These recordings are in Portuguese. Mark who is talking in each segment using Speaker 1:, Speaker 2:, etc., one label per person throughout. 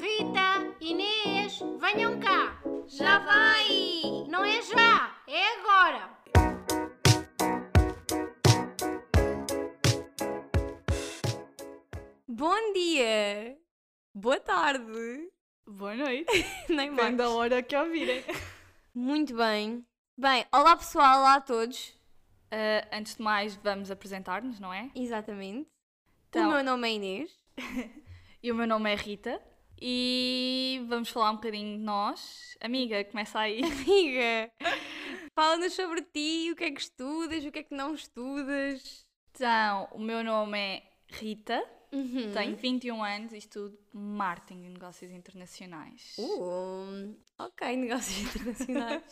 Speaker 1: Rita, Inês, venham cá. Já vai! Não é já, é agora.
Speaker 2: Bom dia! Boa tarde!
Speaker 3: Boa noite.
Speaker 2: Nem mais.
Speaker 3: Depende da hora que ouvirem.
Speaker 2: Muito bem. Bem, olá pessoal, olá a todos.
Speaker 3: Ah, antes de mais, vamos apresentar-nos, não é?
Speaker 2: Exatamente.
Speaker 3: Então.
Speaker 2: O meu nome é Inês.
Speaker 3: E o meu nome é Rita. E vamos falar um bocadinho de nós. Amiga, começa aí.
Speaker 2: Amiga, fala-nos sobre ti, o que é que estudas, o que é que não estudas.
Speaker 3: Então, o meu nome é Rita,
Speaker 2: Uhum.
Speaker 3: tenho 21 anos e estudo marketing e negócios internacionais.
Speaker 2: Uh, ok, negócios internacionais.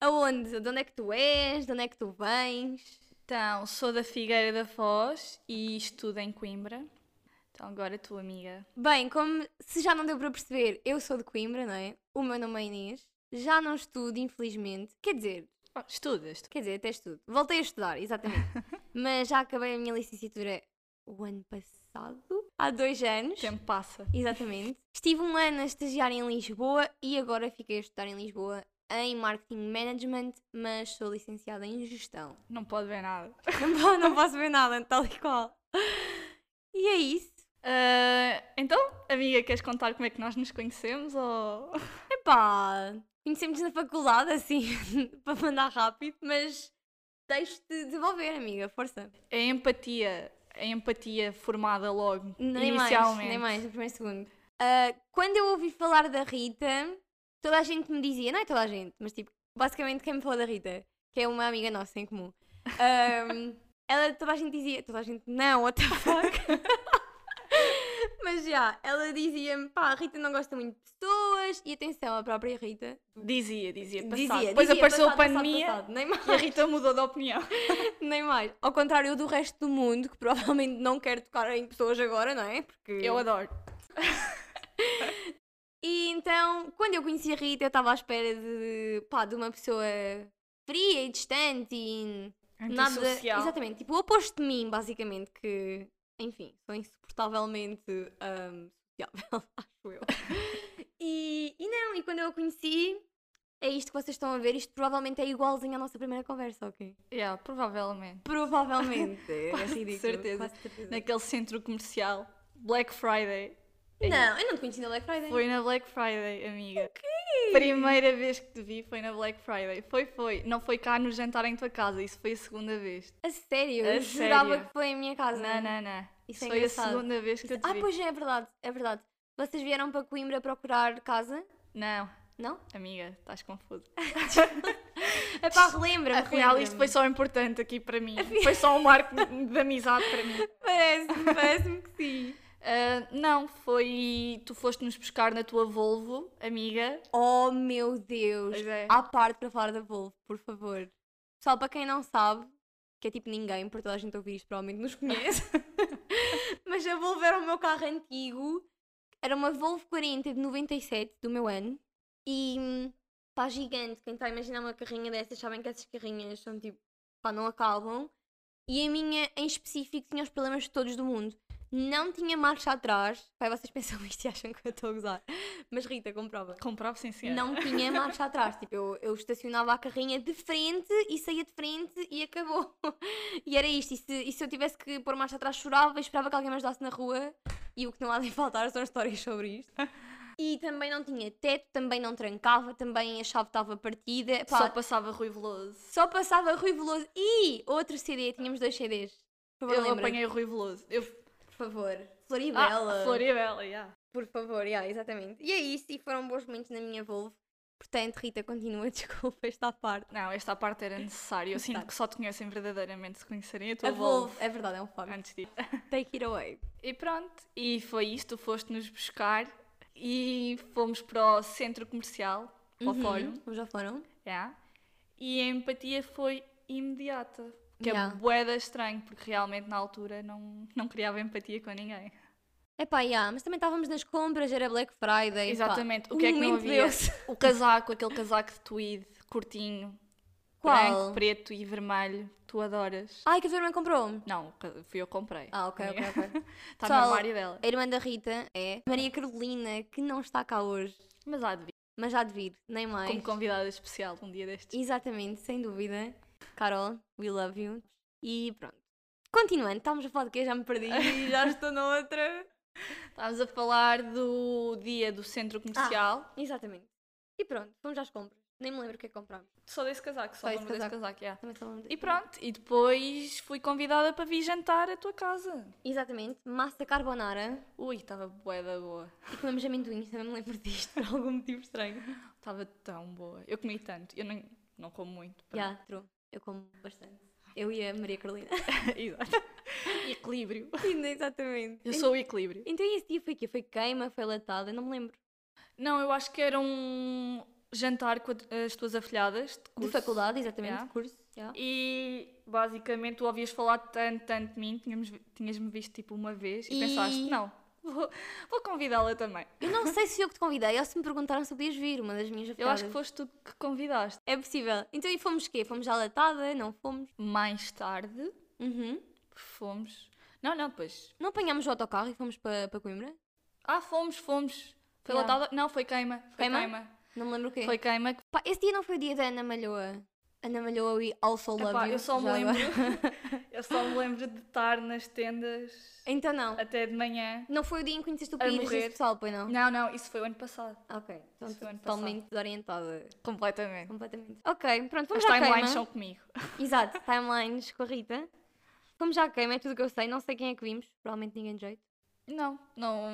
Speaker 2: Aonde? De onde é que tu és? De onde é que tu vens?
Speaker 3: Então, sou da Figueira da Foz e estudo em Coimbra. Então, agora tu, amiga.
Speaker 2: Bem, como se já não deu para perceber, eu sou de Coimbra, não é? O meu nome é Inês. Já não estudo, infelizmente. Quer dizer,
Speaker 3: Oh, Estudas? tu?
Speaker 2: quer dizer, até estudo. Voltei a estudar, exatamente. Mas já acabei a minha licenciatura o ano passado, há dois anos.
Speaker 3: O tempo passa.
Speaker 2: Exatamente. Estive um ano a estagiar em Lisboa e agora fiquei a estudar em Lisboa em Marketing Management, mas sou licenciada em Gestão.
Speaker 3: Não pode ver nada.
Speaker 2: Não, po- não posso ver nada, tal e qual. E é isso.
Speaker 3: Ah, então, amiga, queres contar como é que nós nos conhecemos? Ou...
Speaker 2: Epá, conhecemos na faculdade, assim, para mandar rápido, mas deixo-te devolver, amiga, força.
Speaker 3: é A empatia, é a empatia formada logo,
Speaker 2: Nem mais,
Speaker 3: inicialmente.
Speaker 2: nem mais, no primeiro segundo. Ah, quando eu ouvi falar da Rita, toda a gente me dizia, não é toda a gente, mas tipo, basicamente quem me falou da Rita, que é uma amiga nossa em comum, ahm, ela, toda a gente dizia, toda a gente, não, what the fuck? mas já, ela dizia-me, pá, a Rita não gosta muito de pessoas, e atenção, a própria Rita
Speaker 3: Dizia, dizia, passado.
Speaker 2: dizia,
Speaker 3: Depois
Speaker 2: dizia,
Speaker 3: apareceu
Speaker 2: passado,
Speaker 3: a
Speaker 2: passado,
Speaker 3: pandemia
Speaker 2: passado, nem mais.
Speaker 3: e a Rita mudou de opinião.
Speaker 2: Nem mais. Ao contrário do resto do mundo, que provavelmente não quer tocar em pessoas agora, não é? Porque...
Speaker 3: Eu adoro.
Speaker 2: E então, quando eu conheci a Rita, eu estava à espera de, pá, de uma pessoa fria e distante e nada...
Speaker 3: Antissocial.
Speaker 2: Exatamente, tipo o oposto de mim, basicamente, que, enfim, sou insuportavelmente hum, sociável, acho eu. E, e não, e quando eu a conheci, é isto que vocês estão a ver, isto provavelmente é igualzinho à nossa primeira conversa, ok?
Speaker 3: Yeah, provavelmente.
Speaker 2: Provavelmente. é
Speaker 3: Quase de
Speaker 2: ridículo,
Speaker 3: certeza.
Speaker 2: quase de certeza. é
Speaker 3: Naquele centro comercial, Black Friday.
Speaker 2: Não, eu não te conheci na Black Friday.
Speaker 3: Foi na Black Friday, amiga. Primeira vez que te vi foi na Black Friday. Foi, foi. Não foi cá no jantar em tua casa, isso foi a segunda vez.
Speaker 2: A sério,
Speaker 3: A
Speaker 2: eu jurava
Speaker 3: sério.
Speaker 2: que foi em minha casa.
Speaker 3: Não, não, não.
Speaker 2: Isso é
Speaker 3: foi a
Speaker 2: engraçado.
Speaker 3: segunda vez que eu te
Speaker 2: Ah,
Speaker 3: vi.
Speaker 2: pois é, é verdade, é verdade. Vocês vieram para Coimbra procurar casa?
Speaker 3: Não,
Speaker 2: Não?
Speaker 3: amiga, estás confusa.
Speaker 2: É pá, relembra-me.
Speaker 3: Afinal,
Speaker 2: relembra-me.
Speaker 3: isto foi só importante aqui para mim. Foi só um marco de amizade para mim.
Speaker 2: Parece-me, parece-me que sim.
Speaker 3: Ah, não, foi. Tu foste-nos buscar na tua Volvo, amiga.
Speaker 2: Oh meu Deus!
Speaker 3: Pois é.
Speaker 2: À parte para falar da Volvo, por favor. Pessoal, para quem não sabe, que é tipo ninguém, porque toda a gente a ouvir isto provavelmente nos conhece, mas a Volvo era o meu carro antigo, era uma Volvo 40 de 97, do meu ano, e pá, gigante. Quem está a imaginar uma carrinha dessas, sabem que essas carrinhas são tipo, pá, não acabam. E a minha, em específico, tinha os problemas todos do mundo. Não tinha marcha atrás. Pai, vocês pensam isto e acham que eu estou a gozar. Mas Rita, comprova
Speaker 3: Comprove, sim, senhora.
Speaker 2: não tinha marcha atrás. Tipo, eu, eu estacionava a carrinha de frente e saía de frente e acabou. E era isto. E se, e se eu tivesse que pôr marcha atrás, chorava e esperava que alguém me ajudasse na rua. E o que não há de faltar são histórias sobre isto. E também não tinha teto, também não trancava, também a chave estava partida. Pá,
Speaker 3: Só
Speaker 2: só,
Speaker 3: passava Rui Veloso.
Speaker 2: passava Rui Veloso e outro CD. Tínhamos dois CDs. Por favor,
Speaker 3: Eu
Speaker 2: lembra
Speaker 3: apanhei o Rui Veloso. Eu...
Speaker 2: por favor.
Speaker 3: Ah,
Speaker 2: Floribela.
Speaker 3: Floribela, yeah.
Speaker 2: Por favor, yeah, exatamente. E é isso. E foram bons momentos na minha Volvo. Portanto, Rita, continua, desculpa esta parte.
Speaker 3: Não, esta parte era necessária. Eu sinto que só te conhecem verdadeiramente se conhecerem a tua
Speaker 2: A
Speaker 3: Volvo.
Speaker 2: Volvo. É verdade, é um facto.
Speaker 3: Antes disso.
Speaker 2: Take it away.
Speaker 3: E pronto, e foi isto, foste-nos buscar e fomos para o centro comercial, para
Speaker 2: Uhum.
Speaker 3: o fórum,
Speaker 2: Já foram?
Speaker 3: yeah. e a empatia foi imediata, que
Speaker 2: Yeah.
Speaker 3: é boeda estranho, porque realmente na altura não, não criava empatia com ninguém.
Speaker 2: Epá, yeah, mas também estávamos nas compras, era Black Friday. pá. Um
Speaker 3: Exatamente, o que é que não
Speaker 2: momento
Speaker 3: havia?
Speaker 2: deu-se.
Speaker 3: O casaco, aquele casaco de tweed, curtinho,
Speaker 2: Qual?
Speaker 3: branco, preto e vermelho. Tu adoras.
Speaker 2: Ai, que a tua irmã comprou-me.
Speaker 3: Não, fui eu que comprei.
Speaker 2: Ah, ok, ok, ok.
Speaker 3: Está
Speaker 2: Pessoal,
Speaker 3: Tá no armário dela.
Speaker 2: A irmã da Rita é Maria Carolina, que não está cá hoje,
Speaker 3: Mas há de vir.
Speaker 2: mas já de vir, nem mais.
Speaker 3: Como convidada especial um dia destes.
Speaker 2: Exatamente, sem dúvida. Carol, we love you. E pronto. Continuando, estávamos a falar de quê? Já me perdi e já estou noutra.
Speaker 3: Estávamos a falar do dia do
Speaker 2: Ah.
Speaker 3: centro comercial.
Speaker 2: Exatamente. E pronto, fomos às compras. Nem me lembro o que é que comprámos.
Speaker 3: Só desse casaco,
Speaker 2: Só
Speaker 3: só, só
Speaker 2: esse
Speaker 3: desse casaco.
Speaker 2: casaco.
Speaker 3: yeah.
Speaker 2: Também só me lembro
Speaker 3: E
Speaker 2: desse
Speaker 3: pronto, e depois fui convidada para vir jantar à tua casa.
Speaker 2: nome. Exatamente. Massa carbonara.
Speaker 3: Ui, estava bué da boa.
Speaker 2: E comemos amendoins, também me lembro disto, por algum motivo estranho.
Speaker 3: Estava tão boa. Eu comi tanto. Eu não, não como muito.
Speaker 2: Já, true. Eu como bastante. Eu e a Maria Carolina.
Speaker 3: pronto. Exato. equilíbrio.
Speaker 2: Exatamente.
Speaker 3: Eu sou o equilíbrio.
Speaker 2: Então e esse dia foi o quê? Foi queima? Foi latada? Não me lembro.
Speaker 3: Não, eu acho que era um jantar com a- as tuas afilhadas de curso.
Speaker 2: De faculdade, exatamente.
Speaker 3: Yeah.
Speaker 2: De curso. yeah.
Speaker 3: E basicamente tu ouvias falar tanto, tanto de mim, tínhamos vi- tinhas-me visto tipo uma vez e,
Speaker 2: E-
Speaker 3: pensaste, não, vou, vou convidá-la também.
Speaker 2: Eu não sei se eu que te convidei ou se me perguntaram se podias vir, uma das minhas
Speaker 3: Eu
Speaker 2: afetadas.
Speaker 3: acho que foste tu que convidaste.
Speaker 2: É possível. Então e fomos quê? Fomos à latada? Não fomos?
Speaker 3: Mais tarde
Speaker 2: Uhum.
Speaker 3: fomos. Não, não, depois.
Speaker 2: Não apanhámos o autocarro e fomos para para Coimbra?
Speaker 3: Ah, fomos, fomos. Foi
Speaker 2: Ya.
Speaker 3: lotada- Não, foi queima. Foi
Speaker 2: Queima?
Speaker 3: queima.
Speaker 2: Não me lembro o quê.
Speaker 3: Foi queima.
Speaker 2: Pá, esse dia não foi o dia da Ana Malhoa. Ana Malhoa e Also Love
Speaker 3: Epá,
Speaker 2: You.
Speaker 3: eu só me
Speaker 2: já agora.
Speaker 3: lembro. eu só me lembro de estar nas tendas
Speaker 2: Então não.
Speaker 3: até de manhã.
Speaker 2: Não foi o dia em que conheceste o
Speaker 3: A
Speaker 2: país
Speaker 3: morrer.
Speaker 2: desse pessoal, pois não?
Speaker 3: Não, não, isso foi o ano passado.
Speaker 2: Ok. Então
Speaker 3: Isso foi ano
Speaker 2: totalmente desorientada.
Speaker 3: Completamente.
Speaker 2: Completamente. Ok, pronto,
Speaker 3: As
Speaker 2: vamos à queima.
Speaker 3: timelines são comigo.
Speaker 2: Exato, timelines com a Rita. Vamos à queima, é tudo o que eu sei. Não sei quem é que vimos. Provavelmente ninguém de jeito.
Speaker 3: Não, não.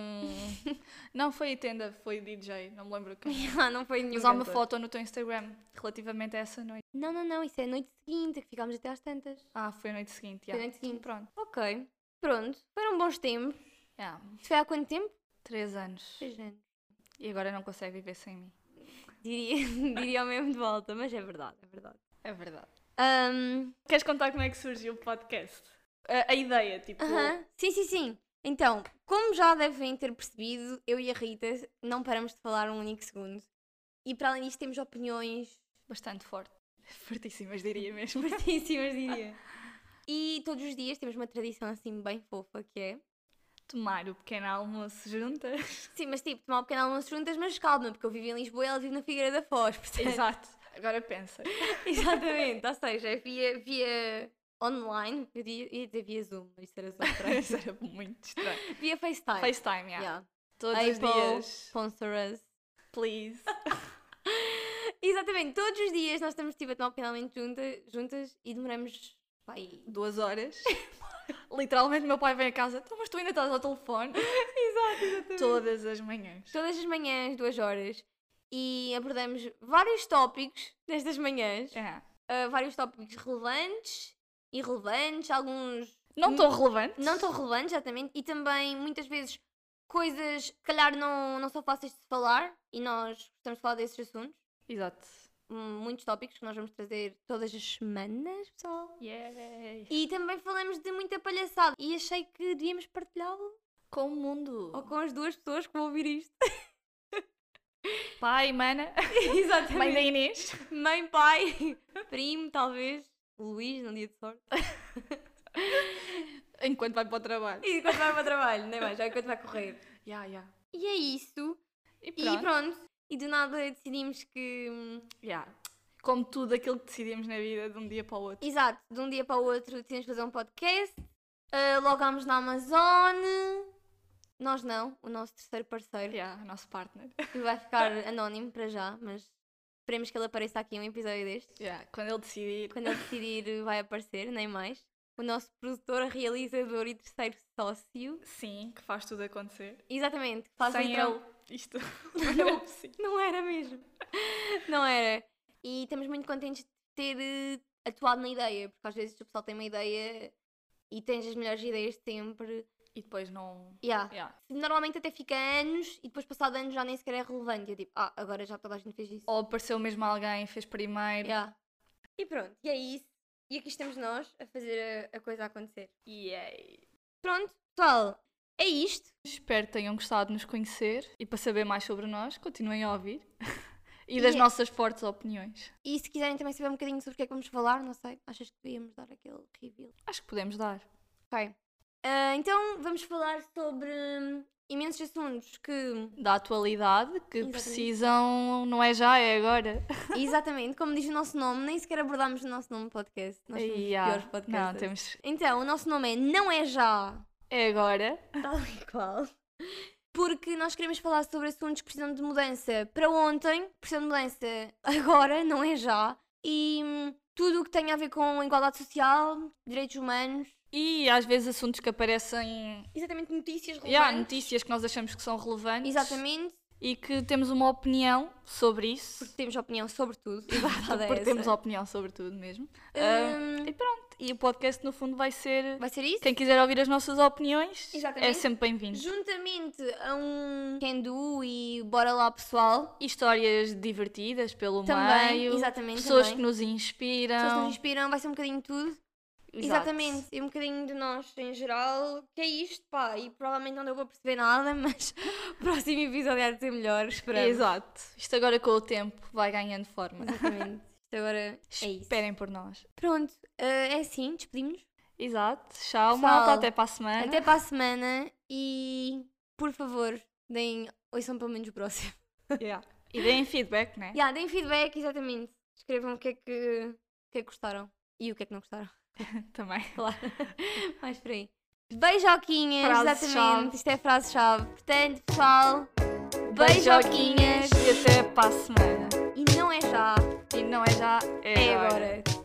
Speaker 3: não foi a tenda, foi DJ, não me lembro quem.
Speaker 2: ah, não foi nenhum.
Speaker 3: Mas há uma
Speaker 2: cantor.
Speaker 3: foto no teu Instagram relativamente a essa noite.
Speaker 2: Não, não, não, isso é a noite seguinte, que ficámos até às tantas.
Speaker 3: Ah, foi a noite seguinte,
Speaker 2: Foi a
Speaker 3: yeah.
Speaker 2: noite seguinte.
Speaker 3: Pronto.
Speaker 2: Ok. Pronto, foram bons tempos.
Speaker 3: Yeah.
Speaker 2: Isso foi há quanto tempo?
Speaker 3: Três anos.
Speaker 2: Três anos.
Speaker 3: E agora não consegue viver sem mim.
Speaker 2: Diria, diria o mesmo de volta, mas é verdade, é verdade.
Speaker 3: É verdade.
Speaker 2: Ahm,
Speaker 3: Queres contar como é que surgiu o podcast? A, a ideia, tipo.
Speaker 2: aham, Sim, sim, sim. Então, como já devem ter percebido, eu e a Rita não paramos de falar um único segundo. E para além disto, temos opiniões
Speaker 3: Bastante forte. Fortíssimas, diria mesmo.
Speaker 2: fortíssimas, diria. E todos os dias temos uma tradição assim bem fofa que é.
Speaker 3: Tomar o pequeno almoço juntas.
Speaker 2: Sim, mas tipo, tomar um pequeno almoço juntas, mas calma, porque eu vivo em Lisboa e ela vive na Figueira da Foz, percebes?
Speaker 3: Exato. Agora pensa.
Speaker 2: Exatamente, ou seja, é via, via online, eu di- ia dizer via Zoom, isso era só estranho.
Speaker 3: Isso era muito estranho.
Speaker 2: via FaceTime.
Speaker 3: FaceTime, yeah.
Speaker 2: Yeah.
Speaker 3: Todos os
Speaker 2: Apple,
Speaker 3: dias.
Speaker 2: Sponsor us.
Speaker 3: Please.
Speaker 2: Exatamente, todos os dias nós estamos tipo a tomar um pequeno almoço junta, juntas e demoramos. Pai.
Speaker 3: duas horas. Literalmente, meu pai vem a casa, então, mas tu ainda estás ao telefone. Todas as manhãs.
Speaker 2: Todas as manhãs, duas horas. E abordamos vários tópicos nestas manhãs.
Speaker 3: É.
Speaker 2: uh, vários tópicos relevantes, irrelevantes, alguns
Speaker 3: Não tão relevante.
Speaker 2: Hum. não tão relevantes, exatamente, e também muitas vezes coisas que se calhar não, não são fáceis de se falar e nós gostamos de falar desses assuntos.
Speaker 3: Exato.
Speaker 2: Hum, Muitos tópicos que nós vamos trazer todas as semanas, pessoal.
Speaker 3: Yay.
Speaker 2: E também falamos de muita palhaçada e achei que devíamos partilhá-lo
Speaker 3: Com o mundo.
Speaker 2: ou com as duas pessoas que vão ouvir isto.
Speaker 3: Pai, mana, mãe da
Speaker 2: Exatamente.
Speaker 3: Inês.
Speaker 2: Mãe, pai, primo, talvez, Luís, num dia de sorte.
Speaker 3: Enquanto vai para o trabalho.
Speaker 2: E enquanto vai para o trabalho, não é mais? Já enquanto vai correr.
Speaker 3: Yeah, yeah.
Speaker 2: E é isso.
Speaker 3: E pronto.
Speaker 2: E pronto. E do nada decidimos que. hum,
Speaker 3: Yeah. Como tudo aquilo que decidimos na vida de um dia para o outro.
Speaker 2: Exato, de um dia para o outro decidimos fazer um podcast. ah, logámos na Amazon. Nós não, o nosso terceiro parceiro,
Speaker 3: Yeah, nosso partner.
Speaker 2: que vai ficar anónimo para já, mas esperemos que ele apareça aqui em um episódio deste.
Speaker 3: Yeah. Quando ele decidir.
Speaker 2: Quando ele decidir, vai aparecer, nem mais. O nosso produtor, realizador e terceiro sócio.
Speaker 3: Sim, que faz tudo acontecer.
Speaker 2: Exatamente, faz
Speaker 3: Sem
Speaker 2: literal-
Speaker 3: ele, isto então não era possível.
Speaker 2: Não era mesmo. Não era. E estamos muito contentes de ter eh, atuado na ideia, porque às vezes o pessoal tem uma ideia e tens as melhores ideias de sempre.
Speaker 3: E depois não.
Speaker 2: Yeah.
Speaker 3: Yeah.
Speaker 2: Normalmente até fica anos e depois passado anos já nem sequer é relevante. Eu tipo, ah, agora já toda a gente fez isso.
Speaker 3: Ou apareceu mesmo alguém, fez primeiro.
Speaker 2: Yeah. E pronto, e é isso. E aqui estamos nós a fazer a, a coisa acontecer.
Speaker 3: Yay!
Speaker 2: Pronto, pessoal, é isto.
Speaker 3: Espero que tenham gostado de nos conhecer e para saber mais sobre nós, continuem a ouvir. E das
Speaker 2: E-
Speaker 3: nossas fortes opiniões.
Speaker 2: E se quiserem também saber um bocadinho sobre o que é que vamos falar, não sei, achas que devíamos dar aquele reveal?
Speaker 3: Acho que podemos dar.
Speaker 2: Ok. Ah, então vamos falar sobre hum, imensos assuntos que,
Speaker 3: Da atualidade, que
Speaker 2: Exatamente.
Speaker 3: precisam, não é já, é agora.
Speaker 2: exatamente, como diz o nosso nome, nem sequer abordámos o nosso nome de podcast. Nós somos os
Speaker 3: Ya.
Speaker 2: piores podcasts.
Speaker 3: ah, Não, temos.
Speaker 2: Então, o nosso nome é Não É Já.
Speaker 3: É agora.
Speaker 2: Tal e qual. Porque nós queremos falar sobre assuntos que precisam de mudança para ontem, precisam de mudança agora, não é já. E hum, tudo o que tem a ver com igualdade social, direitos humanos,
Speaker 3: E às vezes assuntos que aparecem.
Speaker 2: exatamente notícias relevantes.
Speaker 3: E há notícias que nós achamos que são relevantes.
Speaker 2: Exatamente,
Speaker 3: E que temos uma opinião sobre isso.
Speaker 2: porque temos opinião sobre tudo. é
Speaker 3: Porque,
Speaker 2: Exato,
Speaker 3: temos opinião sobre tudo mesmo. Ah, e pronto. E o podcast, no fundo, vai ser.
Speaker 2: Hum, Vai ser isso?
Speaker 3: Quem quiser ouvir as nossas opiniões, é
Speaker 2: Exatamente.
Speaker 3: sempre bem-vindo.
Speaker 2: Juntamente a um Kendu e Bora Lá Pessoal.
Speaker 3: Histórias divertidas pelo
Speaker 2: Também,
Speaker 3: meio.
Speaker 2: exatamente.
Speaker 3: Pessoas
Speaker 2: também.
Speaker 3: que nos inspiram.
Speaker 2: Pessoas que nos inspiram, vai ser um bocadinho de tudo.
Speaker 3: Exato.
Speaker 2: Exatamente, e um bocadinho de nós em geral, que é isto, pá, e provavelmente não deu para perceber nada, mas o próximo episódio há de ser melhor, esperamos.
Speaker 3: Exato. Isto agora com o tempo vai ganhando forma.
Speaker 2: Exatamente, isto agora é isso.
Speaker 3: Esperem por nós.
Speaker 2: Pronto, eh, é assim, despedimos-nos.
Speaker 3: Exato. Tchau,
Speaker 2: Pessoal,
Speaker 3: malta. Até para a semana.
Speaker 2: Até para a semana e, por favor, deem, ouçam pelo menos o próximo.
Speaker 3: Yeah. E deem feedback, né?
Speaker 2: Yeah, deem feedback, exatamente, escrevam o que é que, o que é que gostaram e o que é que não gostaram,
Speaker 3: Também.
Speaker 2: claro, mais por aí. Beijoquinhas,
Speaker 3: Frase-chave.
Speaker 2: exatamente, isto é a frase-chave. Portanto, pessoal, beijoquinhas.
Speaker 3: E até para a semana.
Speaker 2: E não é já,
Speaker 3: E não é já, é,
Speaker 2: é
Speaker 3: agora.
Speaker 2: agora.